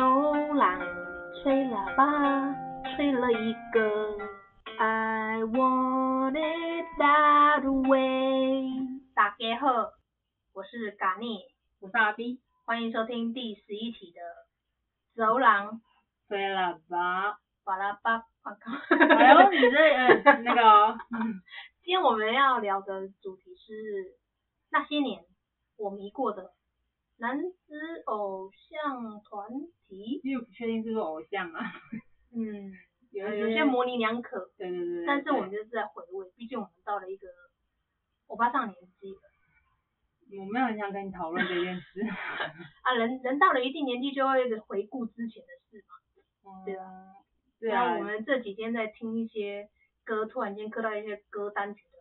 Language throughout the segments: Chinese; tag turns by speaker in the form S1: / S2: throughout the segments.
S1: 郎吹喇叭，吹了一个 I want it that way。
S2: 大家好，我是嘎尼，
S3: 我是阿 B，
S2: 欢迎收听第十一期的走廊
S3: 吹喇 叭。
S2: 巴拉巴巴靠。
S3: 哎呦，你这呃那个哦、嗯
S2: 今天我们要聊的主题是那些年我迷过的男子偶像团体。
S3: 因为不确定是不是偶 像啊，
S2: 嗯，
S3: 有
S2: 呃
S3: 一
S2: 有些模棱两可，
S3: 对对对对，
S2: 但是我们
S3: 对
S2: 就是在回味，毕竟我们到了一个欧巴上年纪了
S3: 我没有很想跟你讨论这 件事。
S2: 啊，人人到了一定年纪就会回顾之前的事嘛。对
S3: 啊，对
S2: 然
S3: 啊
S2: 后我，们这几天在听一些歌，突然间磕到一些歌单，觉得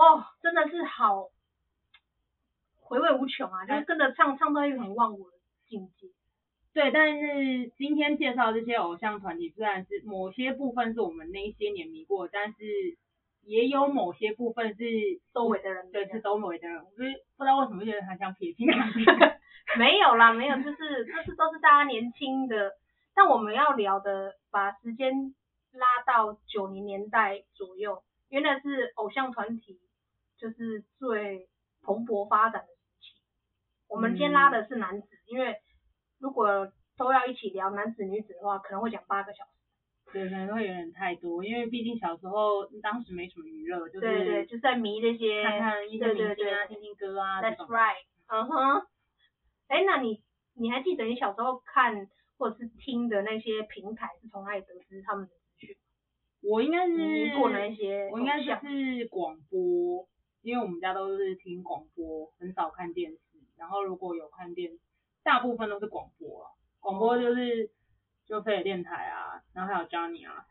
S2: 哦，真的是好回味无穷啊，就是
S3: 哎
S2: 跟着唱，唱到一个很忘我的境界。
S3: 对，但是今天介绍这些偶像团体，虽然是某些部分是我们那一些年迷过，但是也有某些部分是
S2: 周围的人
S3: 对
S2: 这
S3: 是
S2: 样
S3: 周围的人，我不是不知道为什么觉得很想撇清两边。
S2: 没有啦，没有，就是这是都是大家年轻的，但我们要聊的，把时间拉到九零年代左右，因为那是偶像团体就是最蓬勃发展的时期。我们今天拉的是男子，因为如果都要一起聊男子女子的话，可能会讲八个小时。
S3: 对，可能会有点太多，因为毕竟小时候当时没什么娱乐，就
S2: 对对，
S3: 是
S2: 就是在迷这些。
S3: 看看一些
S2: 对对
S3: 明星啊、
S2: 对
S3: 听听歌啊这
S2: That's
S3: 种。
S2: right，嗯哼。哎，那你你还记得你小时候看或者是听的那些平台是从哪里得知他们的资讯？
S3: 我应该是
S2: 你迷过哪一些偶像？
S3: 我应该就是广播，因为我们家都是听广播，很少看电视。然后如果有看电视，大部分都是广播啊。广播就是就飞碟电台啊，然后还有 Johnny 啊，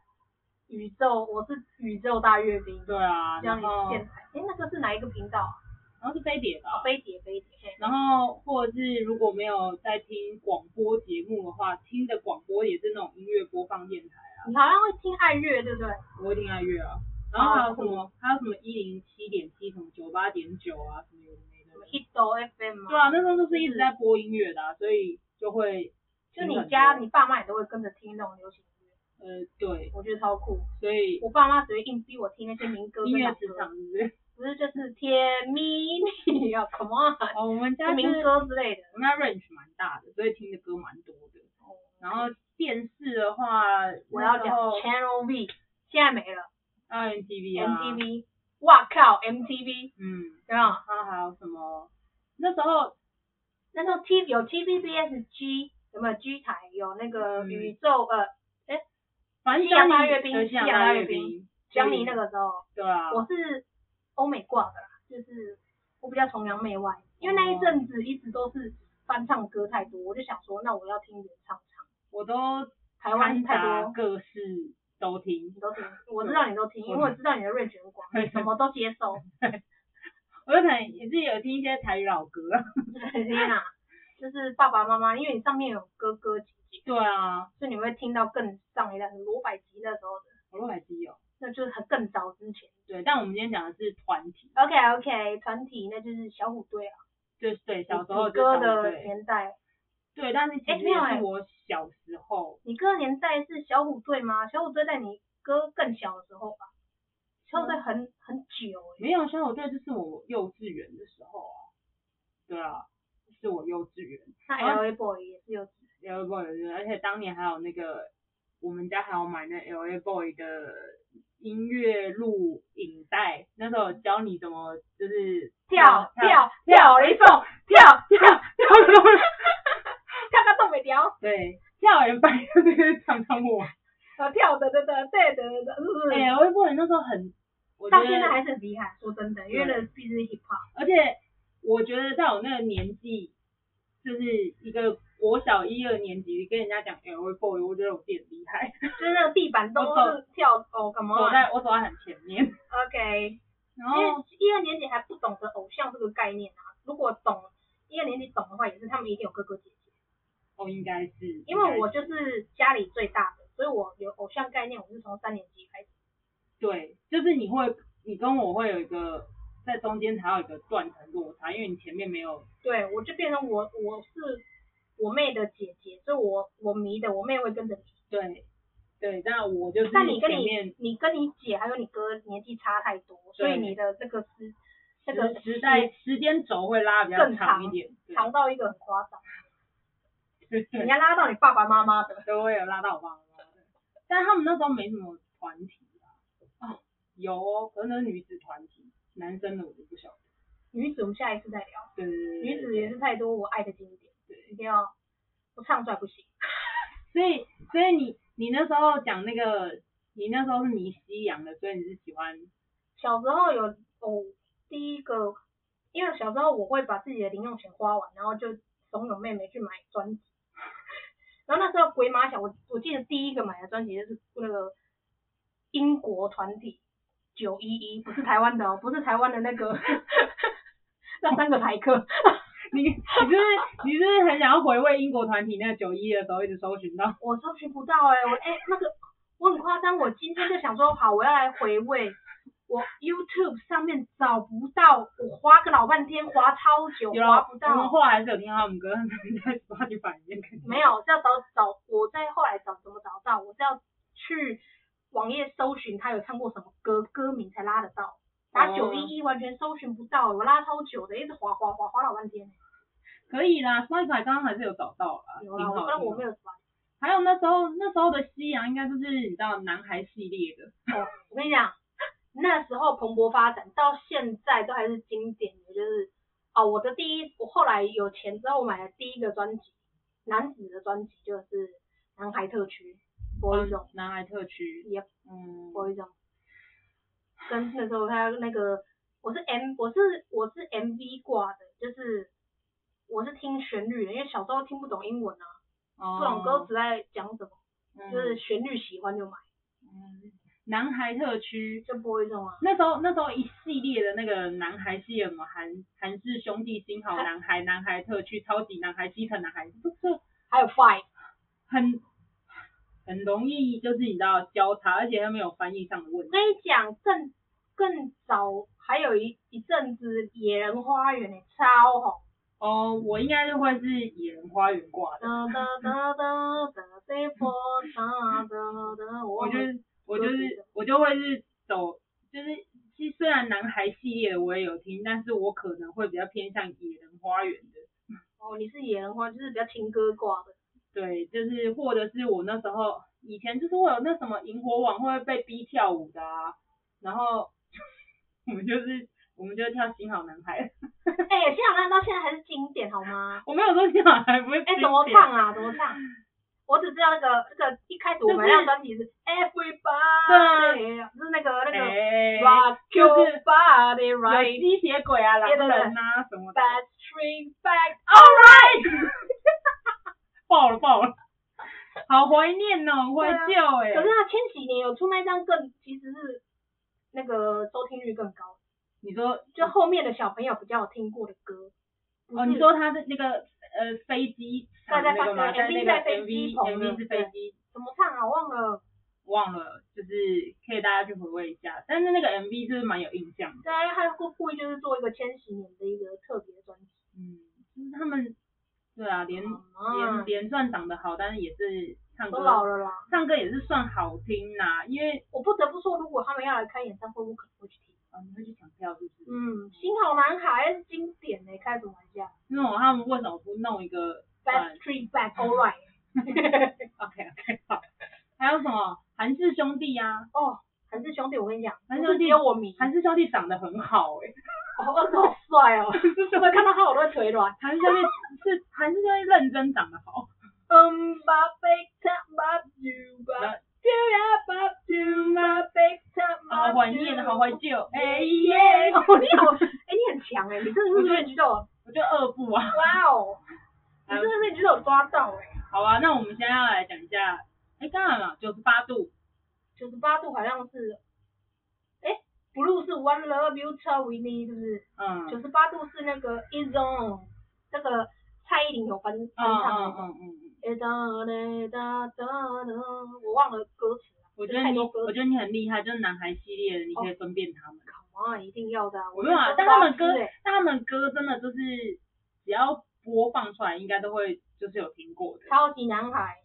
S2: 宇宙，我是宇宙大阅兵，
S3: 对啊，
S2: 这样
S3: 然
S2: 你
S3: 后
S2: 电台。哎，那个是哪一个频道啊？
S3: 然后是哦飞碟吧。
S2: 飞碟，飞碟。嘿
S3: 然后或者是如果没有在听广播节目的话，听的广播也是那种音乐播放电台啊，
S2: 你好像会听爱乐，对不对？
S3: 我一定爱乐啊。然后还有什么？还有什么一零七点七，什么九八点九啊，什么有的没
S2: 什
S3: 的
S2: 么。h i t o FM
S3: 对
S2: 啊。
S3: 啊，那时候都是一直在播音乐的、啊，所以就会
S2: 就
S3: 听
S2: 你
S3: 很
S2: 家
S3: 多
S2: 你爸妈也都会跟着听那种流行音乐，
S3: 呃对，
S2: 我觉得超酷。
S3: 所以
S2: 我爸妈只会硬逼我听那些民歌
S3: 音
S2: 跟
S3: 乐
S2: 老
S3: 市
S2: 歌，
S3: 场是不是？
S2: 不是就是甜蜜蜜啊，Come on。
S3: 哦，我们家
S2: 就
S3: 就是
S2: 民歌之类的。
S3: 我们家 range 蛮大的，所以听的歌蛮多的。然后电视的话，
S2: 我要讲
S3: 然后
S2: Channel V，现在没了
S3: MTV 啊
S2: ，MTV，哇靠，MTV，
S3: 嗯，
S2: 对吧？
S3: 然后还有什么？那时候
S2: 那时候 T 有 TVBS G，有没有 G 台？有那个
S3: 嗯
S2: 宇宙呃，
S3: 反正
S2: 西洋
S3: 江
S2: 大
S3: 宁
S2: 阅兵
S3: 对
S2: 西
S3: 西
S2: 洋
S3: 洋
S2: 大
S3: 大
S2: 阅
S3: 阅
S2: 兵
S3: 兵，
S2: 江离那
S3: 个
S2: 个时候，
S3: 对啊，
S2: 我是欧美挂的啦，就是我比较崇洋媚外，因为那
S3: 哦
S2: 一阵子一直都是翻唱歌太多，我就想说，那我要听原唱唱，
S3: 我都
S2: 台湾
S3: 掺
S2: 太
S3: 杂
S2: 多。
S3: 各式都听
S2: 你，都听，
S3: 嗯
S2: 我知道你都听，因为我知道你的 range 很广，你什么都接受。
S3: 我就可能也是有听一些台语老歌。
S2: 天啊，就是爸爸妈妈，因为你上面有哥哥姐姐，
S3: 对啊，
S2: 所以你会听到更上一代，罗百吉那时候的，
S3: 我都还记有。
S2: 那就是很更早之前。
S3: 对，但我们今天讲的是团体，
S2: OK OK，团体那就是小虎队啊，
S3: 就是对小时
S2: 你
S3: 候就
S2: 哥
S3: 是小虎
S2: 的
S3: 队，
S2: 年代，
S3: 对，但是其
S2: 诶
S3: 实
S2: 没有
S3: 也
S2: 诶
S3: 是我小时候，
S2: 你哥的年代是小虎队吗？小虎队在你哥更小的时候吧，小虎队
S3: 嗯
S2: 很、很久欸
S3: 没有小虎队就是我幼稚园的时候啊，对啊，是我幼稚园，
S2: 那
S3: 啊
S2: L A Boy 也是有，
S3: L A Boy，而且当年还有那个我们家还有买那 L A Boy 的音乐录影带，那时候有教你怎么就是
S2: 跳跳跳
S3: 跳
S2: 雷
S3: 雷
S2: 凤
S3: 凤，跳跳跳什么？
S2: 看他动没掉，
S3: 对，跳人班这个常常我。
S2: 然后跳的的的对的的的，
S3: 哎、
S2: 嗯，
S3: l a Boy 那时候很，我觉
S2: 到
S3: 得
S2: 现在还是很厉害，说真的，因为
S3: 对
S2: 那毕竟是 hip hop。
S3: 而且我觉得在我那个年纪，就是一个国小一二年级跟人家讲 L boy，我觉得我自己很厉害，
S2: 就是那个地板都
S3: 我走
S2: 是跳哦，干嘛
S3: 走在哦我走在很前面。哎
S2: ？OK，
S3: 然
S2: 因为
S3: 后
S2: 一二年级还不懂得偶像这个概念啊，如果懂一二年级懂的话，也是他们一定有哥哥姐姐。
S3: 哦，应该是，
S2: 因为我
S3: 应该
S2: 就是家里最大的，所以我有偶像概念，我是从三年级开始。
S3: 对，就是你会，你跟我会有一个在中间还有一个断层落差，因为你前面没有，
S2: 对，我就变成我我是我妹的姐姐，所以我我迷的，我妹会跟着迷。
S3: 对对，那我就是
S2: 但你跟
S3: 前
S2: 你
S3: 面
S2: 你跟你姐还有你哥年纪差太多，所以
S3: 对
S2: 你的那个思那个
S3: 时代时间轴会拉比较
S2: 更
S3: 长
S2: 长
S3: 一点，对
S2: 长到一个很夸张，
S3: 对
S2: 人家拉到你爸爸妈妈的。
S3: 所以我有拉到我爸妈妈的，但他们那时候没什么团体啊，哦，有哦，可能是女子团体，男生的我就不晓得。
S2: 女子我们下一次再聊，
S3: 对对对，对
S2: 女子也是太多我爱的经典，一定要不唱出来不行。
S3: 所以所以你你那时候讲那个，你那时候是迷西洋的，所以你是喜欢
S2: 小时候有哦，第一个，因为小时候我会把自己的零用钱花完，然后就怂恿妹妹去买专辑。 然后那时候鬼马小，我我记得第一个买的专辑就是那个英国团体九一一，不是台湾的哦，不是台湾的那个 那三个台客，
S3: 你，你是不是你是不是很想要回味英国团体那个九一的时候一直搜寻到？
S2: 我搜寻不到哎、我哎、那个我很夸张，我今天就想说好，我要来回味。我 YouTube 上面找不到，我划个老半天，划超久，
S3: 有
S2: 划
S3: 啦
S2: 不
S3: 我们
S2: 到。
S3: 后来还是有听到他们歌， 他们在 Spotify 里面肯定
S2: 没有，是要找找我在后来找怎么找到，我是要去网页搜寻他有唱过什么歌，歌名才拉得到。打
S3: 哦
S2: 九一一完全搜寻不到，我拉超久的，一直滑滑滑滑老半天。
S3: 可以啦，Spotify 刚刚还是有啊找到啦，挺
S2: 有啦，
S3: 好
S2: 我但我
S3: 的。
S2: 没有滑。
S3: 还有那时候那时候的西洋应该就是你知道男孩系列的，
S2: 哦，我跟你讲，那时候蓬勃发展到现在都还是经典的，就是哦，我的第一，我后来有钱之后我买的第一个专辑，男子的专辑就是《男孩特区》，Boyzone，
S3: 男孩特区，
S2: 也
S3: 嗯，
S2: 我一种，跟那时候他那个我是 M 我是我是 MV 挂的，就是我是听旋律的，因为小时候听不懂英文啊，不
S3: 不
S2: 懂歌词在讲什么，
S3: 嗯
S2: 就是旋律喜欢就买，
S3: 嗯男孩特区。
S2: 就播一种啊。
S3: 那时候，那时候一系列的那个男孩系列，什么韩韩式兄弟新好
S2: 还
S3: 男孩、男孩特区、超级男孩、基层男孩，这这
S2: 还有 Five，
S3: 很很容易就是你知道交叉，而且他们有翻译上的问
S2: 我
S3: 题。
S2: 跟你讲，更更早还有一一阵子《野人花园》欸，超红。
S3: 哦，我应该就会是野人花园挂的，
S2: 哒哒哒哒哒哒波哒哒哒，我
S3: 我
S2: 忘
S3: 就
S2: 了
S3: 是我就是我就会是走，就是其实虽然男孩系列的我也有听，但是我可能会比较偏向野人花园的。
S2: 哦，你是野人花，就是比较情歌挂的。
S3: 对，就是或者是我那时候以前就是会有那什么萤火晚会被逼跳舞的啊，然后 我们就是我们就跳新好男孩，
S2: 哎、欸，现场到现在还是经典好吗？
S3: 我没有说新好男孩不会。
S2: 哎、怎么唱？啊？怎么唱？我只知道那个那个一开始我
S3: 就
S2: 买
S3: 是
S2: 那张专辑是 Everybody，就是啊那个那个
S3: 嗯哎，
S2: Rock
S3: 就是
S2: Your Body
S3: 有
S2: Right
S3: 吸血鬼啊、
S2: 对对
S3: 狼
S2: 对
S3: 人啊什么的，
S2: Back Street Back，
S3: 爆了爆了，好怀念哦，怀
S2: 对啊
S3: 旧哎。
S2: 可是他千禧年有出那张更其实是那个收听率更高，
S3: 你说
S2: 就后面的小朋友比较有听过的歌。不
S3: 哦，
S2: 是
S3: 你说他的那个呃飞机场
S2: 对对
S3: 那个嘛，
S2: 对 MV
S3: 在那个
S2: 在飞机
S3: MV
S2: 棚的
S3: MV 是飞
S2: 对
S3: 机
S2: 怎么唱啊？我忘了。
S3: 忘了，就是可以大家去回味一下。但是那个 MV 就是蛮有印象的，
S2: 对啊，因为他故故意就是做一个千禧年的一个特别专辑。
S3: 嗯，就是他们，对啊，连
S2: 啊
S3: 连连算长得好，但是也是唱
S2: 都老
S3: 歌，
S2: 了啦。
S3: 唱歌也是算好听啦，因为
S2: 我不得不说，如果他们要来开演唱会，我可能会去听。
S3: 啊、你会去抢票是不是？
S2: 嗯，新好男孩是经典呢、欸开什么玩笑
S3: 那种他们为什么不弄一个
S2: ？Best Street Back All
S3: 嗯
S2: Right。
S3: OK OK 好， 还有什么韩氏兄弟啊？
S2: 哦，韩氏兄弟，我跟你讲，韩
S3: 韩氏
S2: 氏
S3: 兄
S2: 兄
S3: 弟
S2: 弟有我迷，
S3: 韩氏兄弟长得很好哎、欸，
S2: 哦，二哥好帅 哦，我看到他我都会腿软。
S3: 韩氏兄弟是 韩氏兄弟认真长得好，
S2: 嗯，巴贝塔巴杜巴，丢呀巴杜巴贝塔巴
S3: 好怀念，好怀旧，哎、
S2: 哎
S3: 耶
S2: 耶！！ 哦，你好， 哎，你很强哎，你真的是被举手，
S3: 我就二部啊。
S2: 哇哦，你真的被举手抓到哎。
S3: 好啊，那我们现在要来讲一下，哎，刚好嘛，九十八度，
S2: 九十八度好像是，哎、b l u e 是 One Love You t e l l We Need 是不是？
S3: 嗯，
S2: 九十八度是那个 Is On，那个蔡依林有翻翻
S3: 嗯
S2: 唱的
S3: 嗯
S2: 那个。
S3: 嗯嗯嗯，
S2: 哎哒嘞哒哒哒，我忘了歌词了。
S3: 我觉得
S2: 太
S3: 你，
S2: 多歌哦
S3: 我觉得你很厉害，就是男孩系列的，你可以分辨他们。
S2: Come on，一定要的啊。
S3: 我
S2: 是
S3: 没有啊，但
S2: 98
S3: 他们
S2: 支
S3: 歌
S2: 哎，
S3: 但他们歌真的就是，只要播放出来，应该都会就是有听过的。
S2: 超级男孩，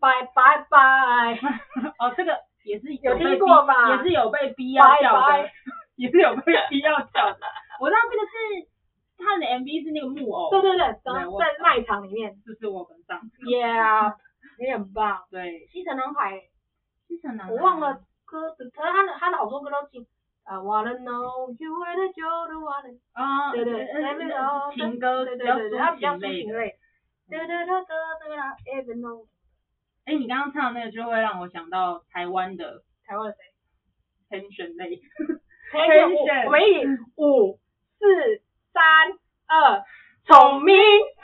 S2: 拜拜拜，
S3: 哦，这个也是
S2: 有
S3: 被
S2: 听
S3: 逼
S2: 过吧
S3: 也是有被逼要叫的，
S2: 拜拜
S3: 也是有被逼要叫的。我知道这个是他的 MV 是那个木偶，
S2: 对对对，
S3: 对
S2: 刚
S3: 我
S2: 在卖场里面
S3: 就是我跟上。
S2: ，Yeah，你很棒。
S3: 对，
S2: 西城男孩，
S3: 西城男孩
S2: 我忘了歌，可是他的他的好多歌都听。I wanna know you were the j o l e wanna
S3: 啊，
S2: 对对，
S3: 呃呃
S2: 对
S3: 呃情歌
S2: 对
S3: 比
S2: 对
S3: 较
S2: 对对，它比较
S3: 抒
S2: 抒
S3: 类
S2: 情
S3: 的。
S2: 类。对对对对对啦，Even though
S3: 哎，你刚刚唱的那个就会让我想到台湾的
S2: 台湾的谁
S3: tension 类，
S2: ？Tension，我们一起五四三二，宠迷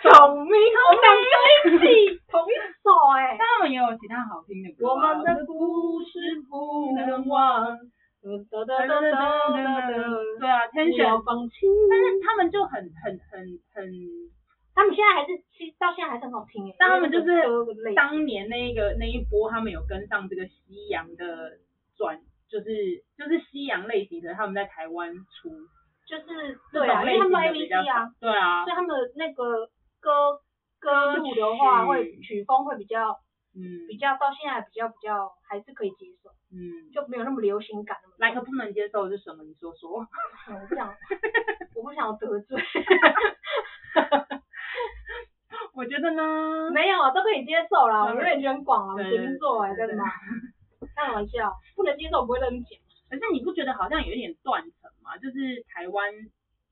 S2: 宠迷，我们两个一起同一首哎。
S3: 但他们也有其他好听的歌啊。
S2: 我们的故事不能忘。哒哒
S3: 对
S2: 哒
S3: 对对
S2: 哒
S3: 对
S2: 哒
S3: 对
S2: 哒。
S3: 对对啊
S2: 不要
S3: ，tension，
S2: 放弃。
S3: 但是他们就很很很很
S2: 他们现在还是，其实到现在还是很好听哎。
S3: 但他们就是
S2: 因为这个类
S3: 当年那一个那一波，他们有跟上这个西洋的转，就是就是西洋类型的，他们在台湾出
S2: 就是
S3: 这
S2: 对啊，
S3: 种
S2: 因为他
S3: 类
S2: 们
S3: 型的
S2: A
S3: 比
S2: B
S3: 较
S2: C 啊
S3: 少。。对啊
S2: 所，以他们的那个歌歌路的话，
S3: 歌曲
S2: 会曲风会比较
S3: 嗯
S2: 比较到现在比较比较还是可以接受，
S3: 嗯，
S2: 就没有那么流行感那么重。
S3: 来个不能接受是什么？你说说。
S2: 我不想，我不想得罪，
S3: 我觉得呢，
S2: 没有啊都可以接受啦，我们
S3: 对
S2: 认真广啦，我们
S3: 对
S2: 水瓶座哎，
S3: 对
S2: 真
S3: 对
S2: 的吗？ 开玩笑，不能接受我不会跟你讲。
S3: 可是你不觉得好像有一点断层吗？就是台湾，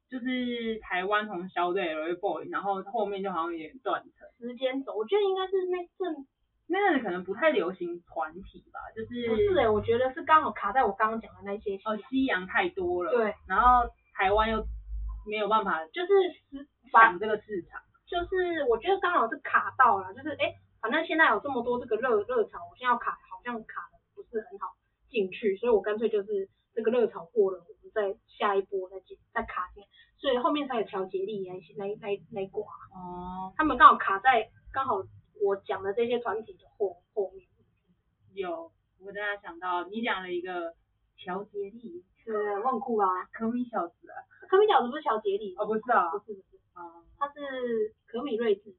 S3: 就是台湾红小队 L Boy，然后后面就好像有点断层。
S2: 时间走，我觉得应该是那阵
S3: 那阵子可能不太流行团体吧，哦就是
S2: 不是哎、我觉得是刚好卡在我刚刚讲的那些戏
S3: 哦，西洋太多了，
S2: 对，
S3: 然后台湾又没有办法
S2: 就是时把
S3: 抢这个市场，
S2: 就是我觉得刚好是卡到了，就是哎、诶反正现在有这么多这个热热潮，我现在要卡好像卡的不是很好进去，所以我干脆就是这个热潮过了，我们再下一波再进再卡进来，所以后面才有调节力来来来来挂，
S3: 哦，
S2: 他们刚好卡在刚好我讲的这些团体的后后面，
S3: 有，我突然想到你讲了一个乔杰利，
S2: 对，忘酷吧？
S3: 可米小子啊，
S2: 可米饺子不是调节力，
S3: 哦不是啊
S2: 不，是不是，
S3: 哦，
S2: 他是可米睿智，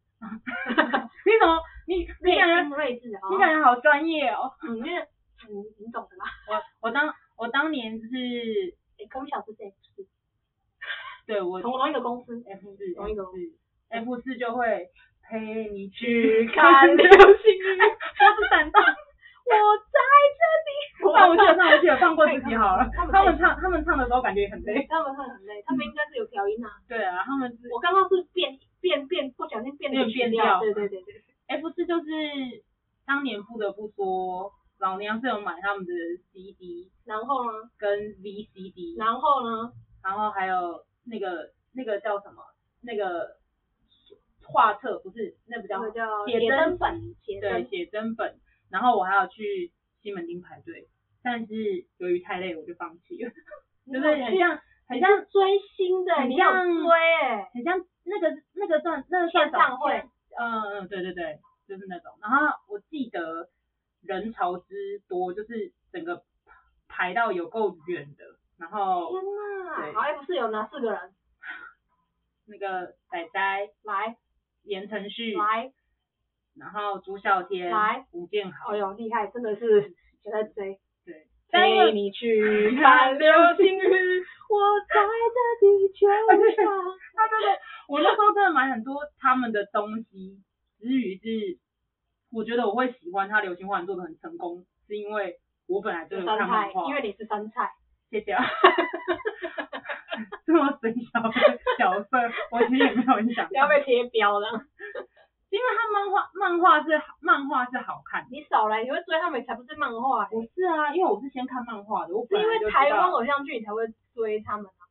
S3: 你怎么你你
S2: 内
S3: 感觉
S2: 心睿智啊，
S3: 你感觉好专业哦，
S2: 嗯，因为嗯你懂的啦，
S3: 我我当我当年就是
S2: 哎、可米饺子谁不是
S3: 对我
S2: 同同一个公司？
S3: F 四
S2: 同一个
S3: F 四 F 四就会陪你 去
S2: 看
S3: 看
S2: 流
S3: 流
S2: 星
S3: 星
S2: 雨
S3: 雨，我是胆大。
S2: 我在这里。
S3: 上不去了，上不去了，放过自己好了。
S2: 他们
S3: 他们唱，他们唱的时候感觉也很累。
S2: 他们会很累，他们应该是有调音啊。
S3: 对啊，他们是
S2: 我刚刚是变变变，不小心变了个曲
S3: 变变调
S2: 对对对对。
S3: F 四就是当年不得不说，老娘是有买他们的 CD
S2: 然后呢？
S3: 跟 VCD，
S2: 然后呢？
S3: 然后还有那个那个叫什么那个画册，不是那不叫
S2: 那个叫
S3: 写
S2: 写真
S3: 真
S2: 本，写
S3: 对
S2: 真。
S3: 写真本，然后我还有去西门町排队，但是由于太累我就放弃了，就是很像很像
S2: 是追星的，
S3: 很
S2: 你要
S3: 像
S2: 追哎。
S3: 很像那个那个算那个算
S2: 线
S3: 什
S2: 上
S3: 么？
S2: 会，
S3: 嗯嗯，对对对，就是那种。然后我记得人潮之多，就是整个排到有够远的。然后
S2: 天哪！
S3: 对
S2: 好，F 四有哪四个人？
S3: 那个仔仔、
S2: 来
S3: 言承旭，
S2: 来，
S3: 然后朱孝天
S2: 来、
S3: 吴建豪
S2: 哎，呦厉害，真的是 有在追。
S3: 对。但因
S2: 陪
S3: 为
S2: 你去 看流星雨， 我在这地球上。
S3: 他真的，我那时候真的买很多他们的东西，之余是我觉得我会喜欢他流行画做的很成功，是因为我本 来就有
S2: 酸
S3: 看
S2: 菜
S3: 漫画，，
S2: 因为你是酸 菜。
S3: 谢谢啊。这么神小的角色，我其实也没有很想看。
S2: 你要被贴标了。
S3: 因为他漫画漫画是漫画是好看的。
S2: 你少来，你会追他们才不是漫画、欸
S3: 我是啊，因为我是先看漫画的，我
S2: 是
S3: 本
S2: 因
S3: 来就
S2: 为
S3: 知
S2: 台湾
S3: 道。
S2: 偶像剧你才会追他们。啊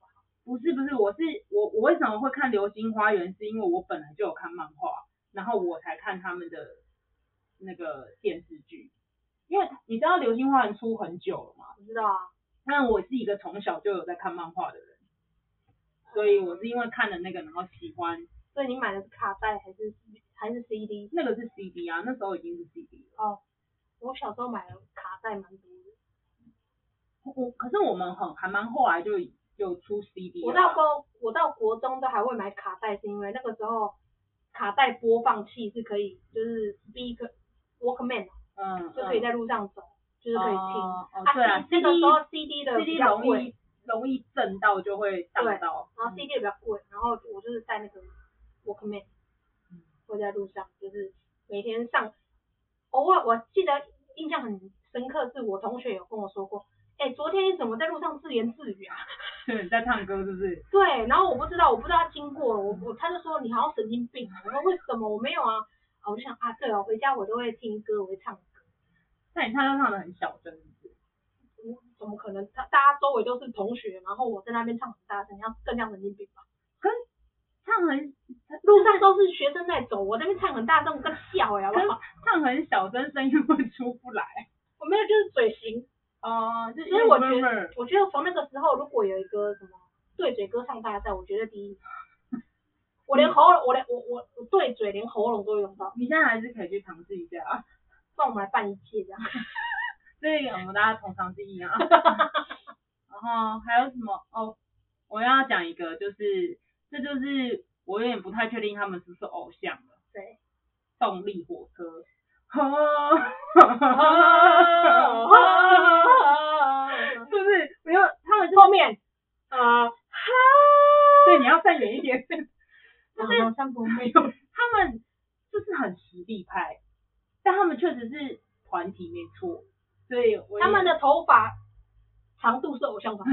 S3: 不是不是，我是我我为什么会看《流星花园》，是因为我本来就有看漫画，然后我才看他们的那个电视剧。因为你知道《流星花园》出很久了嘛，
S2: 我知道啊，
S3: 但我是一个从小就有在看漫画的人，所以我是因为看了那个，然后喜欢
S2: 所以你买的是卡带还是还是 CD？
S3: 那个是 CD 啊，那时候已经是 CD 了。
S2: 我小时候买的卡带蛮多的，
S3: 我可是我们很还蛮后来就有出 CD 了
S2: 我到高我到国中都还会买卡带，是因为那个时候卡带播放器是可以，就是 speaker Walkman
S3: 嗯，
S2: 就可以在路上走，就是可以听。
S3: 哦哦
S2: 啊
S3: 对啊
S2: C- 那个时候 CD 的比
S3: CD
S2: 较
S3: 容
S2: 贵，
S3: 易容易震到就会荡到，
S2: 然后 CD 比较贵，然后我就是带那个 Walkman，
S3: 嗯
S2: 会在路上，就是每天上，偶尔我记得印象很深刻，是我同学有跟我说过，哎、昨天你怎么在路上自言自语啊？
S3: 对，在唱歌是不是？
S2: 对，然后我不知道，我不知道他经过了，我我他就说你好像神经病啊，我说为什么我没有啊？啊我就想啊，对哦，回家我都会听歌，我会唱歌，
S3: 那你唱歌唱的很小声，是不是？
S2: 我怎么可能？他大家周围都是同学，然后我在那边唱很大声，像更像神经病吧？
S3: 唱很
S2: 路上都是学生在走，我在那边唱很大声，我跟他笑哎、好不好？
S3: 唱很小声，声音会出不来。
S2: 我没有，就是嘴型。
S3: 哦，就
S2: 所以我觉
S3: 因为
S2: 得，我觉得从那个时候，如果有一个什么对嘴歌唱大赛，我觉得第一名，我连喉咙，我连我我我对嘴连喉咙都用到，
S3: 你现在还是可以去尝试一下啊。
S2: 那我们来办一届这样。
S3: 所以我们大家同场记忆 啊。然后还有什么？哦，我要讲一个，就是这就是我有点不太确定他们是不是偶像了。
S2: 对，
S3: 动力火车。哦哦 是不是没有？ 他们就
S2: 后面，呃，
S3: 对你要站远一 点。
S2: 然后三伯妹，
S3: 他们就是很实力派，但他们确实是团体没错，所以我也
S2: 他们的头发长度是偶像长 度。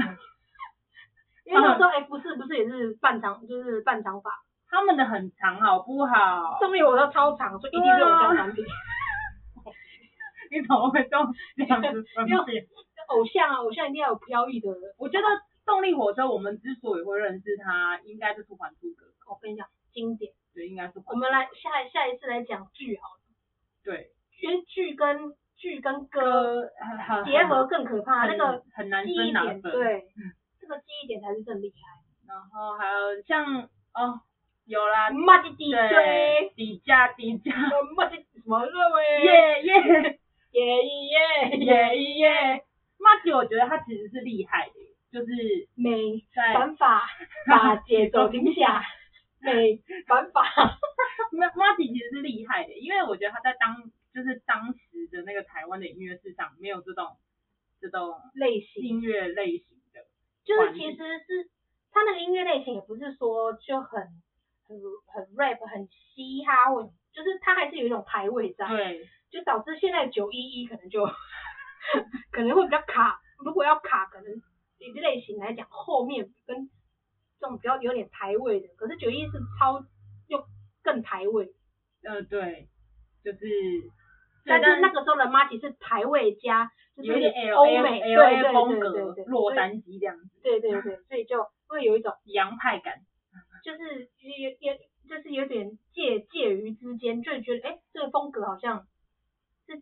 S2: 因为那时候，哎、不是不是也是半长，就是半长发，
S3: 他们的很长好不好？
S2: 上面我都超长，所以一定是偶像产品。
S3: 你怎么会这样这样子 分
S2: 因
S3: 别？
S2: 偶像啊，偶像一定要有飘逸的。
S3: 我觉得动力火车我们之所以会认识他，应该就是《还珠格格》，
S2: 我跟你讲，经典。
S3: 对，应该是《
S2: 我
S3: 还珠
S2: 们来下下一次来讲剧好了，
S3: 对
S2: 因为剧跟剧跟歌
S3: 歌很
S2: 结合更可怕，那
S3: 很
S2: 个
S3: 很难
S2: 记
S3: 分
S2: 忆
S3: 拿
S2: 点
S3: 分，
S2: 对
S3: 嗯，
S2: 这个记忆点才是更厉害。
S3: 然后还有像哦有啦，
S2: 马吉吉
S3: 对
S2: 对，，
S3: 底价底价，
S2: 马吉什么认为？
S3: 耶耶。
S2: 耶耶耶，
S3: 耶耶，马吉我觉得他其实是厉害的，就是
S2: 美
S3: 在
S2: 反 法把节奏停下，美反法。
S3: 马马吉其实是厉害的，因为我觉得他在当就是当时的那个台湾的音乐市场没有这种这种
S2: 类型，
S3: 音乐类型的，
S2: 就是其实是他那个音乐类型也不是说就很很很 rap 很嘻哈或就是他还是有一种排位在，
S3: 对
S2: 就导致现在九一一可能就 可能会比较卡，如果要卡，可能以类型来讲，后面跟这种比较有点排位的，可是九一是超又更排位，
S3: 呃对，就是
S2: 但是那个时候的 Marty 是排位加就是
S3: 有点 L
S2: 欧
S3: L
S2: 美
S3: L
S2: 对
S3: A
S2: 对
S3: 风
S2: 对
S3: 格
S2: 对对，
S3: 洛杉矶这样子，
S2: 对对对，所以就会有一种
S3: 洋派感，
S2: 就是也也就是有点介介于之间，就觉得哎、诶这个风格好像是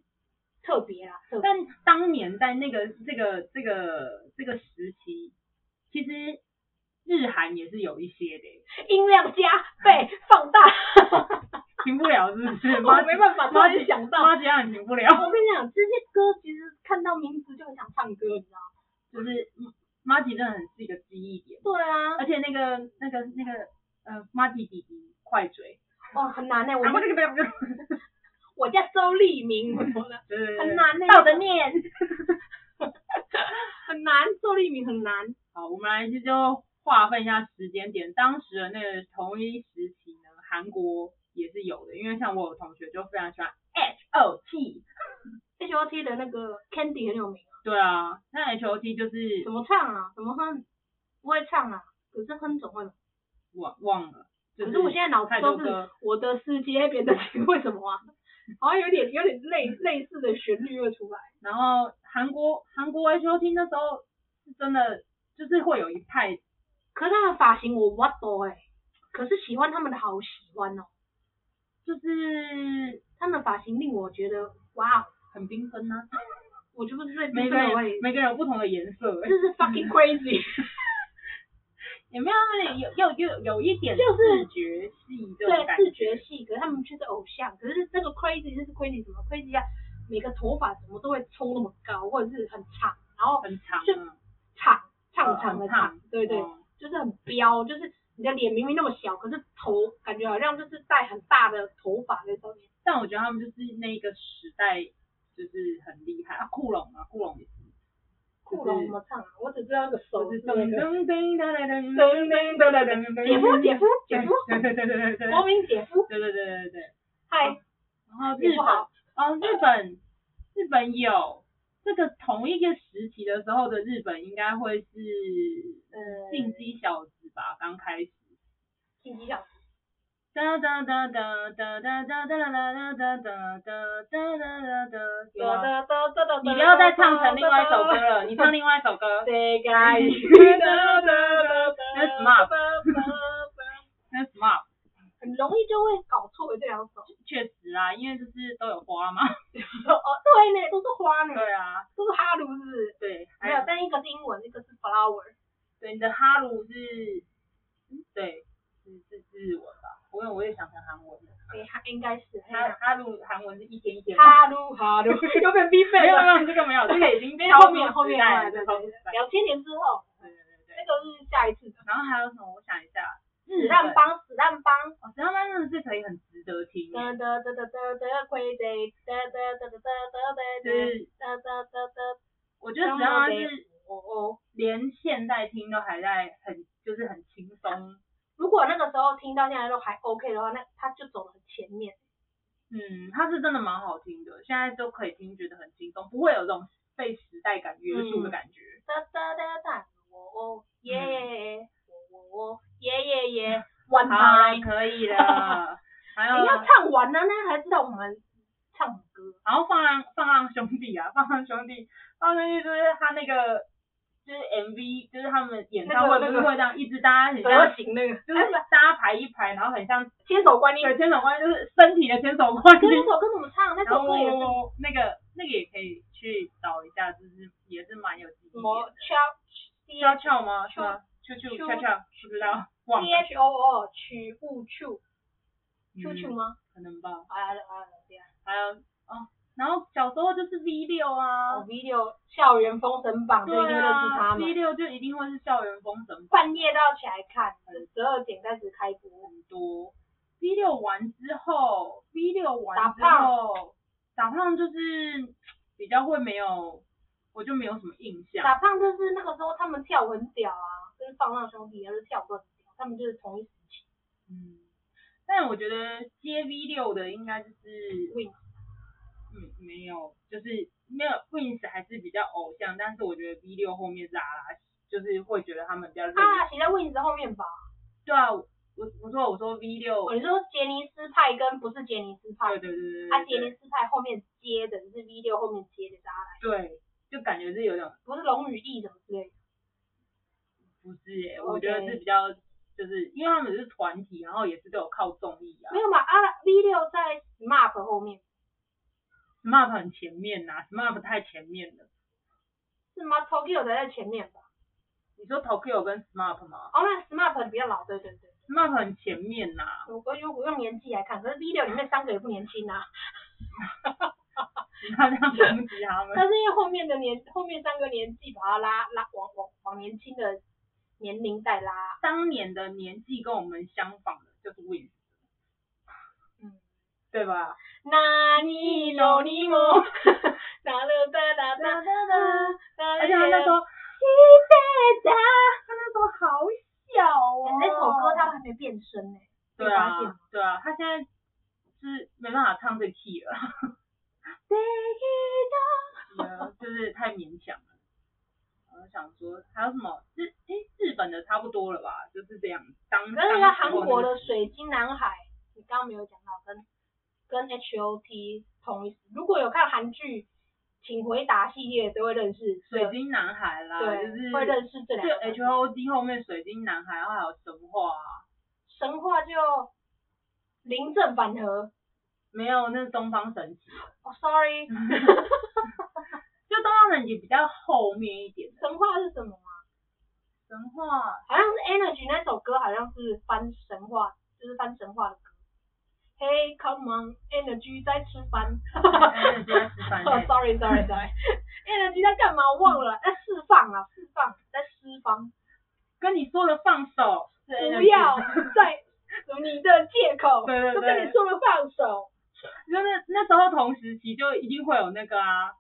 S2: 特别啦，特别
S3: 但当年在那个这个这个这个时期，其实日韩也是有一些的。
S2: 音量加倍放大。
S3: 停不了是不是？
S2: 我没办法突然
S3: 妈吉
S2: 想到
S3: 妈吉让你停不了，
S2: 我跟你讲，这些歌其实看到名字就很想唱歌，你知道吗？
S3: 就是嗯妈吉真的很是一个记忆点，
S2: 对啊，
S3: 而且那个那个那个呃妈吉弟弟快嘴，
S2: 哦，很难呢、我
S3: 我们这个不要，
S2: 我叫周立明，我说的，
S3: 对对
S2: 很
S3: 对，
S2: 难呢、
S3: 倒着念。
S2: 很难，周立明很难。
S3: 好，我们来就就划分一下时间点，当时的那个同一时期呢，韩国也是有的，因为像我有同学就非常喜欢 H O T，
S2: H O T 的那个 Candy 很有名，
S3: 对啊，那 H O T 就是
S2: 怎么唱啊？怎么哼？不会唱啊，可是哼总会吧。
S3: 忘忘了，就
S2: 可是我现在脑子
S3: 太多
S2: 都是
S3: 歌。
S2: 我的世界变得 为什么啊？好像有点有点类类似的旋律会出来。
S3: 然后韩国韩国 H O T 那时候是真的就是会有一派，
S2: 可是他的发型我不懂哎，可是喜欢他们的好喜欢哦，
S3: 就是
S2: 他们的发型令我觉得哇哦，
S3: 很缤纷呐，
S2: 我就不是最
S3: 每
S2: 真
S3: 个
S2: 的
S3: 人
S2: 会，
S3: 每个人有不同的颜色、
S2: 这
S3: 欸，
S2: 是 fucking crazy，
S3: 也没有那里有有有有一点
S2: 就是
S3: 视觉系这种
S2: 对
S3: 感
S2: 视
S3: 觉，
S2: 觉系，可是他们却是偶像，可是那个 crazy 就是 crazy 什么 crazy 啊，每个头发怎么都会冲那么高，或者是很长，然后
S3: 很长、
S2: 就
S3: 啊，
S2: 长长长的
S3: 很长
S2: 长，对对，
S3: 嗯
S2: 就是很彪，就是你的脸明明那么小，可是头感觉好像就是戴很大的头发在上面。
S3: 但我觉得他们就是那个时代就是很厉害啊，库龙啊，库龙也是，
S2: 库龙怎么唱啊？我只知道那个手
S3: 就是是
S2: 那
S3: 噔
S2: 个
S3: 噔噔噔
S2: 噔
S3: 噔噔噔噔噔噔噔，
S2: 姐夫，姐夫，姐
S3: 对
S2: 夫，
S3: 对对对对对对，
S2: 国民姐夫，
S3: 对对对对对，
S2: 嗨，
S3: 然后
S2: 姐夫
S3: 日本，
S2: 好，
S3: 哦，日本，日本有这个同一个时期的时候的日本应该会是
S2: 嗯，
S3: 进击小子吧，刚开始。
S2: 进击小子，
S3: 哒哒哒哒哒哒哒哒哒哒哒哒哒哒哒
S2: 有啊
S3: 哒。你不要再唱成另外一首歌了，你唱另外一首歌。那是 smart，那是 smart，
S2: 很容易就会搞错这两首。
S3: 确实啊，因为就是都有花嘛。
S2: 哦，对呢，都是花呢，
S3: 对啊，
S2: 都是哈鲁是。
S3: 对，还
S2: 没有
S3: 有，
S2: 但一个是英文，一个是 flower。
S3: 对你的哈鲁是，对，是是日文吧？我有我也想成韩文了。
S2: 哎，哈应该是
S3: 哈哈鲁韩文是一天一天。
S2: 哈鲁哈鲁，有点逼
S3: 没
S2: 费
S3: 有没
S2: 了。
S3: 有，这个没有，这个已经
S2: 因为
S3: 超
S2: 后
S3: 出
S2: 面后面
S3: 时代了
S2: 对
S3: 这
S2: 对
S3: 超出
S2: 对
S3: 时代，
S2: 两千年之后，
S3: 对对对对
S2: 那个是下一次的。
S3: 然后还有什么？我想一下，
S2: 子
S3: 日
S2: 弹
S3: 本
S2: 帮，子弹帮。
S3: 哦，子弹帮真的是可以很值得听耶，
S2: 哒哒哒哒哒哒，crazy，哒哒哒哒哒哒
S3: 就
S2: 哒
S3: 是
S2: 哒哒哒哒。
S3: 我觉得子弹帮是
S2: 哦哦，
S3: 连现在听都还在很就是很轻
S2: 嗯
S3: 松，
S2: 如果那个时候听到现在都还 OK 的话，那他就走得很前面。
S3: 嗯，它是真的蛮好听的，现在都可以听，觉得很轻松，不会有这种被时代感约束的感觉。
S2: 哒哒哒哒，哦哦耶，哦哦耶耶 耶，完吧！
S3: 好，可以了。还有
S2: 你，要唱完了，那才知道我们唱什么歌。
S3: 然后放浪放浪兄弟啊，放浪兄弟，放浪兄弟就是他那个就是 MV，就是他们演唱会
S2: 那个那
S3: 不
S2: 个
S3: 是会这样一直大家很像
S2: 德行那个，
S3: 就是大家排一排，然后很像
S2: 千哎手观音。
S3: 对牵手关系，就是身体的牵手关系
S2: 可。是那首歌怎么唱？那
S3: 然
S2: 首歌也是
S3: 后那个那个也可以去找一下，就是也是蛮有记忆
S2: 什么
S3: 点。
S2: c
S3: 叫俏吗？是吗？秋秋
S2: 秋
S3: 俏俏，不知道忘
S2: c
S3: 了。
S2: h o o 曲物处处处
S3: 嗯
S2: 吗？
S3: 可能吧。
S2: 啊啊啊！对啊，
S3: 还有哦，然后小时候就是 V 六啊
S2: 哦，，video 校园封神榜就一定
S3: 对
S2: 认识他
S3: 啊
S2: 们
S3: ，V，六就一定会是校园封神榜
S2: 半夜都要起来看，十二点开始开播。
S3: 很多。V 六完之后，V 六完之
S2: 打胖
S3: 后，打胖就是比较会没有，我就没有什么印象。
S2: 打胖就是那个时候他们跳舞很屌啊，就是放浪兄弟，还是跳舞都很屌，他们就是同一时期。
S3: 嗯，但我觉得接 V 六的应该就是
S2: Wings
S3: 嗯，没有，就是没有 Wins 还是比较偶像，但是我觉得 V 六后面拉拉就是会觉得他们比较累。
S2: 啊，写在 Wings 后面吧。
S3: 对啊，我我说我说 V 六、
S2: 哦，你说杰尼斯派跟不是杰尼斯派
S3: 对，对对对对，
S2: 啊，杰尼斯派后面接的是 V 六后面接的是阿来，
S3: 对，就感觉是有点
S2: 不是龙与翼什么之类的。
S3: 不是耶、
S2: OK
S3: 我觉得是比较就是因为他们是团体，然后也是都有靠综艺啊
S2: 没有嘛？阿拉 V 六在 SMAP 后面
S3: ，SMAP 很前面呐、s m a p 太前面了。
S2: 是吗？Tokyo 才在前面吧？
S3: 你说 Tokyo 跟 SMAP 吗
S2: 哦，那 SMAP 比较老，对对对。
S3: ？SMAP 很前面呐、
S2: 我我用我用年纪来看，可是 V 六里面三个也不年轻啊。
S3: 他这样攻击他们。
S2: 但是因为后面的年后面三个年纪把它拉拉往往往年轻的年龄带拉，
S3: 当年的年纪跟我们相仿的就是 Win，
S2: 嗯。
S3: 对吧？
S2: 那你有你莫， 哒了哒哒哒哒，
S3: 而且他那时
S2: 候，
S3: 候，他那时候好小哦。
S2: 哎那首歌他还没变声呢，你
S3: 对
S2: 有发现吗
S3: 啊，对啊，他现在是没办法唱这 key 了，呃就是太勉强了。我想说还有什么日诶、日本的差不多了吧，就是这样。当
S2: 可是人家
S3: 当时
S2: 韩
S3: 候
S2: 国
S3: 那
S2: 的
S3: 个
S2: 水晶男孩，你刚刚没有讲到，跟跟 H O T 同一时。如果有看韩剧《请回答》系列，都会认识这
S3: 水晶男孩啦，
S2: 对，
S3: 就是
S2: 会认识这两
S3: 就
S2: 个
S3: H
S2: 东西。
S3: O D 后面水晶男孩，然后还有神话啊。
S2: 神话就临阵反合。
S3: 没有，那是东方 神起。
S2: 哦、s o r r y
S3: 就东方神起比较后面一点的。
S2: 神话是什么啊？
S3: 神话
S2: 好像是 Energy 那首歌，好像是翻神话，就是翻神话的歌。Hey, come on, Energy 在吃饭。
S3: ，Energy 在 吃饭
S2: 哦、s o r r y sorry sorry。Energy 在
S3: 嗯
S2: 哎干嘛？我忘了，在释放啊，释放，在释放。
S3: 跟你说了放手，
S2: 不要再你的借口，
S3: 对对
S2: 都跟你
S3: 对
S2: 说了放手，
S3: 就那那时候同时期就一定会有那个啊，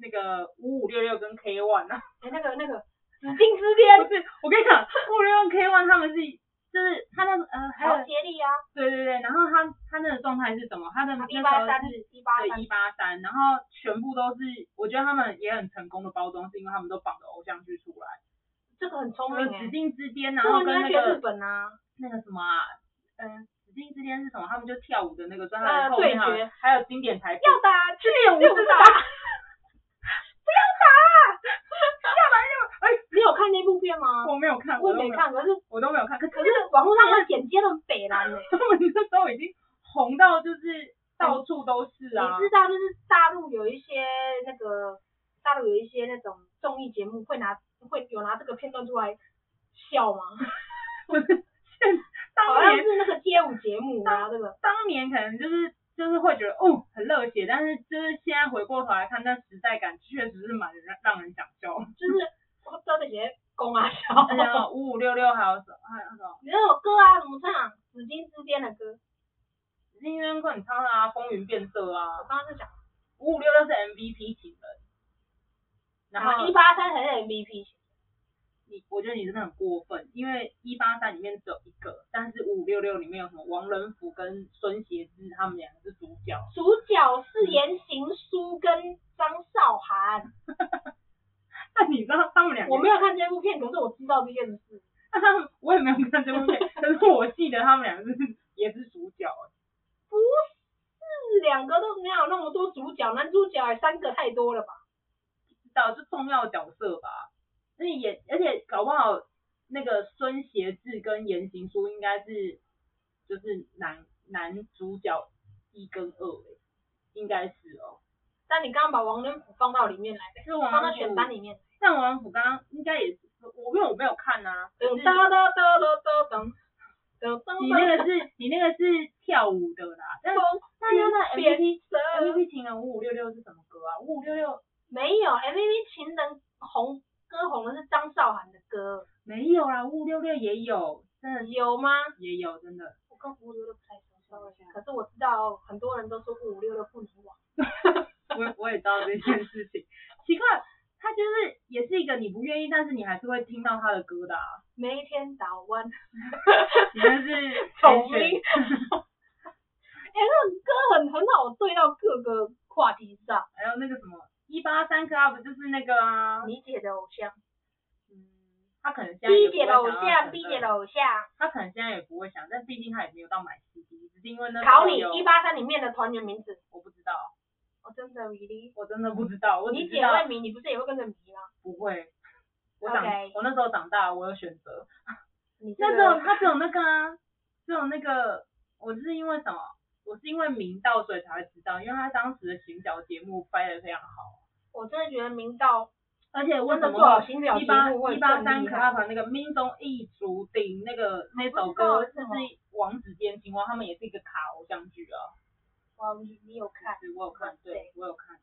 S3: 那个五五六六跟 K one 啊，
S2: 哎、那个那个紫禁之
S3: 不
S2: 巅，
S3: 是，我跟你讲，五五六六 K one 他们是就是他那呃 还
S2: 还有
S3: 有
S2: 接力啊，
S3: 对对对，然后他他那个状态是什么？他的嗯那
S2: 一
S3: 时
S2: 八
S3: 候
S2: 三
S3: 是
S2: 一八
S3: 对
S2: 三
S3: 一，八三，然后全部都是，我觉得他们也很成功的包装，是因为他们都绑着偶像剧出来，
S2: 这个很
S3: 什
S2: 聪
S3: 么
S2: 明
S3: 指
S2: 哎、
S3: 定之巅，
S2: 这
S3: 然
S2: 个
S3: 后
S2: 应
S3: 跟
S2: 该
S3: 那
S2: 学日
S3: 个
S2: 本啊，
S3: 那个什么啊，嗯，指定之巅是什么？他们就跳舞的那个，所以
S2: 呃
S3: 他们后面还
S2: 对
S3: 有还有经典台词，
S2: 要打去
S3: 这
S2: 六打，
S3: 哎，
S2: 你有看那部片吗？
S3: 我没有看，
S2: 我
S3: 都
S2: 也
S3: 没
S2: 没
S3: 有，
S2: 看，可是
S3: 我都没有看，可是
S2: 可是网络上的剪接都很北蓝哎、
S3: 他们那时候已经红到就是到处都是啊
S2: 你，知道，就是大陆有一些那个，大陆有一些那种综艺节目会拿会有拿这个片段出来笑吗？好
S3: 当
S2: 像
S3: 年
S2: 是那个街舞节目啊，这个
S3: 当年可能就是就是会觉得哦很热血，但是就是现在回过头来看，那时代感确实是蛮让让人想笑。
S2: 就是我真的些公啊 笑。
S3: 而且五五六六还有什么还有什么？
S2: 你那首歌啊，怎么唱？紫金之巅的歌，
S3: 金渊冠唱的啊，风云变色
S2: 我
S3: 啊，
S2: 刚刚是讲，
S3: 五五六六是 MVP 情人，然后
S2: 一八三才是 MVP，
S3: 你我觉得你真的很过分，因为一八三里面只有一个，但是五五六六里面有什么王仁甫跟孙协志，他们两个是主角。
S2: 主角是言行书跟张韶涵。
S3: 但你知道他们两个
S2: 我没有看这部片，可是我知道这件事。
S3: 我也没有看这部片，可是我记得他们两个是也是主角，
S2: 不是两个都没有那么多主角，男主角也三个太多了吧？
S3: 知道是重要角色吧？那也而且搞不好那个孙协志跟言行书应该是就是男男主角一跟二、欸，应该是哦。
S2: 但你刚刚把王仁甫放到里面来，
S3: 是王
S2: 放到
S3: 仁
S2: 选
S3: 甫
S2: 班里面。
S3: 但啊王仁甫刚刚应该也是我因为我没有看啊，可
S2: 噔
S3: 是
S2: 哒哒哒哒哒噔，噔噔
S3: 你那个是你那个是跳舞的啦，但但是那 MVP MVP 情人五五六六是什么歌啊？五五六六
S2: 没有 MVP 情人红歌红的是张韶涵的歌，
S3: 没有啦，五五六六也有，真的
S2: 有吗？
S3: 也有，真的。
S2: 我跟五五六六不太熟，可是我知道很多人都说五五六六不能忘。
S3: 我我也知道这件事情。奇怪，他就是也是一个你不愿意，但是你还是会听到他的歌的、啊。
S2: 每天到晚
S3: 你 那是
S2: 丛林，哎、那个歌很很好对到各个话题上。
S3: 还有那个什么一八三 club 就是那个啊，
S2: 你姐的偶像
S3: 嗯，他可能现在也
S2: ，B
S3: 不
S2: 姐
S3: 会
S2: 的
S3: 想要
S2: 偶像，B 姐的偶像，
S3: 他可能现在也不会想，但毕竟他也没有到买 CD，只是因为那时候
S2: 考你
S3: 有
S2: 一八三里面的团员名字，
S3: 我不知道，
S2: 我真的迷离。
S3: 我真的不知道，我只
S2: 你
S3: 知
S2: 姐
S3: 道
S2: 会迷，你不是也会跟着迷吗？
S3: 不会。我长
S2: OK
S3: 我那时候长大，我有选择。
S2: 你这
S3: 那
S2: 个
S3: 只有他只有那个啊，只有那个，我是因为什么？我是因为明道所以才会知道，因为他当时的行脚节目拍的非常好，
S2: 我真的觉得明道
S3: 而且为
S2: 真
S3: 什
S2: 的做好
S3: 么
S2: 新表
S3: 一
S2: 节
S3: 八
S2: 目会更
S3: 一八三
S2: 厉
S3: 可
S2: 害哦
S3: 爱团那个命中一竹顶那个那
S2: 我不
S3: 首
S2: 知道
S3: 歌
S2: 为
S3: 就
S2: 什
S3: 是
S2: 么
S3: 王子变青蛙，他们也是一个卡偶像剧啊，
S2: 哇，你你有看？
S3: 是我有看，对
S2: 对
S3: 我有看，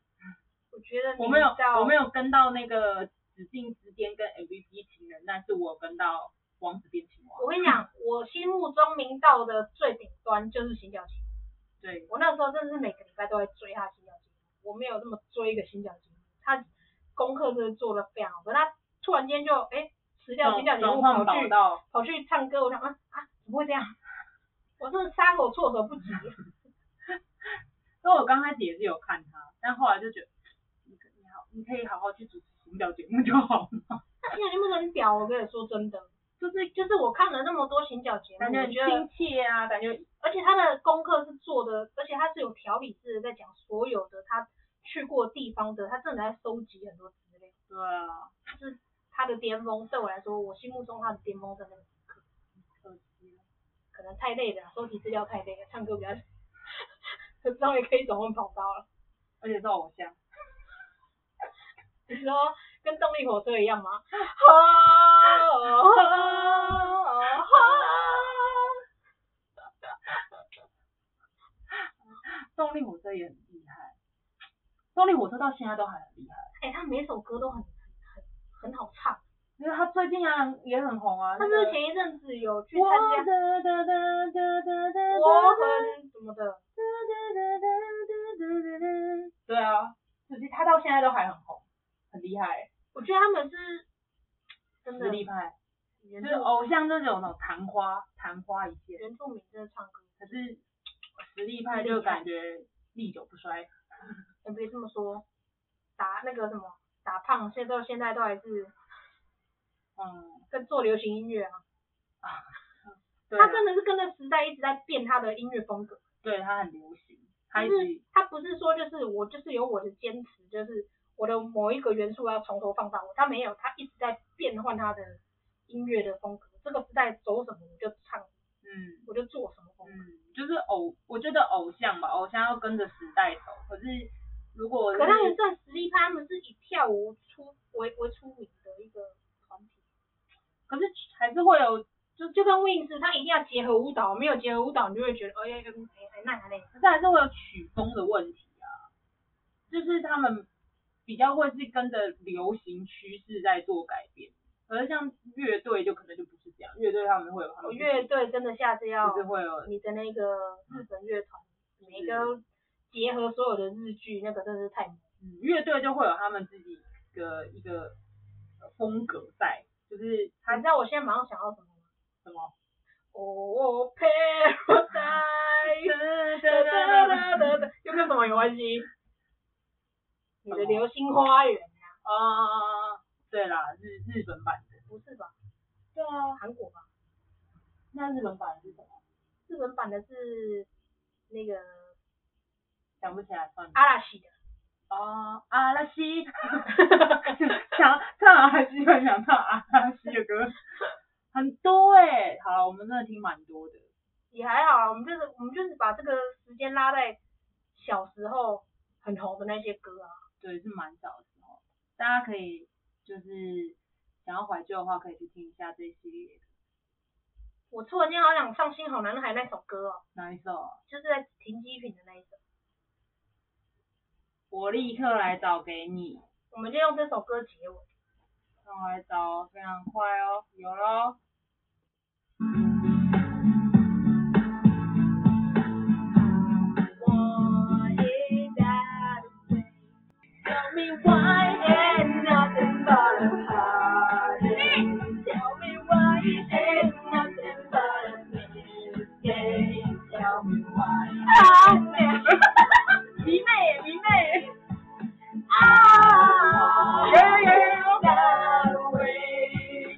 S2: 我觉得
S3: 我没有
S2: 明道
S3: 我没有跟到那个指定之巅跟 MVP 情人，但是我有跟到王子变青蛙，
S2: 我跟你讲，我心目中明道的最顶端就是行脚节目。
S3: 对，
S2: 我那时候真的是每个礼拜都在追他的行脚节目，我没有那么追一个行脚节目。他功课真的做的非常好，可是他突然间就哎、辞掉行脚节
S3: 转
S2: 目，
S3: 换
S2: 跑
S3: 宝
S2: 去
S3: 到。
S2: 跑去唱歌，我想啊啊，怎么会这样？我真的杀口措手不及。
S3: 所以我刚开始也是有看他，但后来就觉得你可你好，你可以好好去主持行脚节目就好了，
S2: 那行脚节目很屌，我跟你说真的，
S3: 就是
S2: 就是我看了那么多行脚节目，
S3: 感觉
S2: 我
S3: 很
S2: 觉得
S3: 亲切啊，感觉
S2: 而且他的功课是做的，而且他是有条理式的在讲所有的他去过地方的，他真的在收集很多资料。
S3: 对啊，
S2: 就是他的巅峰，对我来说，我心目中他的巅峰在那个时刻，
S3: 可惜了
S2: 可能太累了，收集资料太累了，唱歌比较，可稍微可以转换跑道了。
S3: 而且是偶像，
S2: 你说跟动力火车一样吗？
S3: 动力火车也很厉害，动力火车到现在都还很厉害，
S2: 哎、他每首歌都很很很好唱，
S3: 因为他最近啊也很红啊，
S2: 他
S3: 那
S2: 是不是
S3: 个
S2: 前一阵子有去
S3: 我
S2: 参
S3: 的
S2: 加
S3: 哒哒哒哒哒哒
S2: 我很什么的？
S3: 对啊，就是他到现在都还很红，很厉害，
S2: 我觉得他们是真
S3: 实
S2: 的
S3: 力派，
S2: 原
S3: 就
S2: 住
S3: 是偶像就是有那种昙花昙花一现，
S2: 原住民真的唱歌，
S3: 可是实力派就感觉历久不衰。
S2: 也别这么说，打那个什么打胖，现在到现在都还是
S3: 嗯，
S2: 跟做流行音乐啊，
S3: 对啊
S2: 他真的是跟着时代一直在变他的音乐风格，
S3: 对他很流行，他
S2: 他
S3: 一
S2: 是
S3: 直
S2: 他不是说就是我就是有我的坚持，就是我的某一个元素要从头放到尾，他没有，他一直在变换他的音乐的风格，这个时代走什么我就唱，
S3: 嗯。
S2: 我就做什么风格。
S3: 嗯，就是偶，我觉得偶像吧，偶像要跟着时代走。可是如果
S2: 可他们算实力派，他们是以跳舞出为为出名的一个团体，
S3: 可是还是会有，
S2: 就就跟 Wings，他一定要结合舞蹈，没有结合舞蹈，你就会觉得哎呀，哎哎那那
S3: 可是还是会有曲风的问题啊。就是他们比较会是跟着流行趋势在做改变，可是像乐队就可能就不是这哦样，乐队哦他们会有他
S2: 我
S3: 们
S2: 乐队真的下次要
S3: 就是会有
S2: 你的那个日本乐团，每个结合所有的日剧，那个真的是太猛
S3: 嗯乐队就会有他们自己的一个呃风格在，就是
S2: 了。
S3: 他
S2: 你知道我现在马上想要什么吗？
S3: 什么。
S2: 哦，Paradise，又跟什么有关系？你的流星花园啊？
S3: 啊，对啦，日日本版的。
S2: 不是吧？
S3: 对啊，
S2: 韩国吧？
S3: 那日本版是什么？
S2: 日本版的是那个
S3: 想不起来，算了。
S2: 阿拉西的，
S3: 哦，阿拉 西，想唱还是很想唱阿拉西的歌，很多哎、好了，我们真的听蛮多的。
S2: 也还好啊。我们就是我们就是把这个时间拉在小时候很红的那些歌啊。
S3: 对，是蛮早的时候，大家可以就是想要怀旧的话，可以去听一下这一系列的
S2: 我突然间好想唱《心好男孩》那首歌哦，
S3: 哪一首啊？
S2: 就是在停机坪的那一首。
S3: 我立刻来找给你，
S2: 我们就用这首歌结尾。
S3: 让我来找哦，非常快哦，有喽。
S1: want it that way. Tell me why ain't nothing but a heartache. Tell me why ain't nothing but a mistake. Tell me why I never. 迷妹，迷妹。I ain't that way.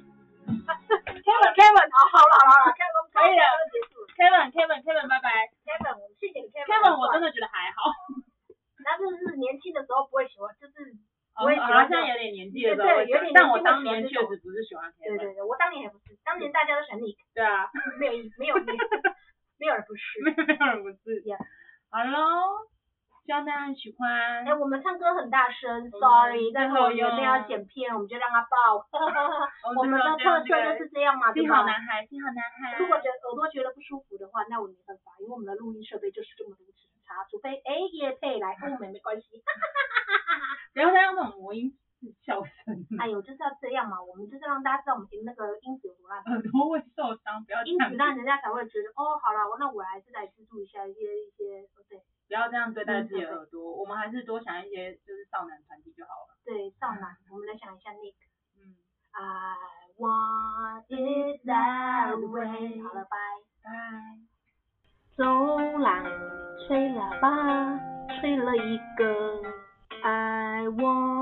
S2: Kevin Kevin，好好了好了，Kevin
S3: 可以了
S2: 结束了。
S3: Kevin，Kevin，Kevin，拜拜。
S2: Kevin，我们谢谢 Kevin。
S3: Kevin，我真的觉得还好。
S2: 他就是年轻的时候不会喜欢，就是
S3: 我也喜
S2: 我也
S3: 欢，
S2: 喜欢
S3: 现在哦有点年纪的时候会
S2: 对对
S3: 喜
S2: 有点年纪
S3: 欢，但我当
S2: 会
S3: 年
S2: 喜
S3: 确
S2: 欢这种
S3: 实不是喜欢 k
S2: 对
S3: e
S2: 对对，我当年也不是，当年大家都选 你，
S3: 对啊，
S2: 没有一没 有一没有人不是。
S3: 没有人不是
S2: Yeah。
S3: 好喽，希望大家喜欢
S2: 哎、。我们唱歌很大声，sorry，、但是我们那要剪片，我们就让它爆。我们的特色就是哦这样嘛，对
S3: 幸好
S2: 吧？
S3: 男孩，幸好男孩。
S2: 如果觉得耳朵觉得不舒服的话，那我没办法，因为我们的录音设备就是这么如此差，除非哎叶配来跟我们没关 系。
S3: 不要再用那种魔音笑声，
S2: 哎呦，就是要这样嘛，我们就是让大家知道我们那个音质有多烂，
S3: 耳朵会受伤，不要这
S2: 因
S3: 样
S2: 此，让人家才会觉得哦，好了，那我还是来资助一下一些一些，哦对
S3: 不要这样对待
S2: 嗯
S3: 自己的耳朵。我们还是多想一些就是少男团体就好了。
S2: 对，少男，我们来想一下 Nick。
S3: 嗯，
S2: I want it À, that way。好了，拜。
S3: 拜。
S1: 走廊吹喇叭，吹了一个 I want。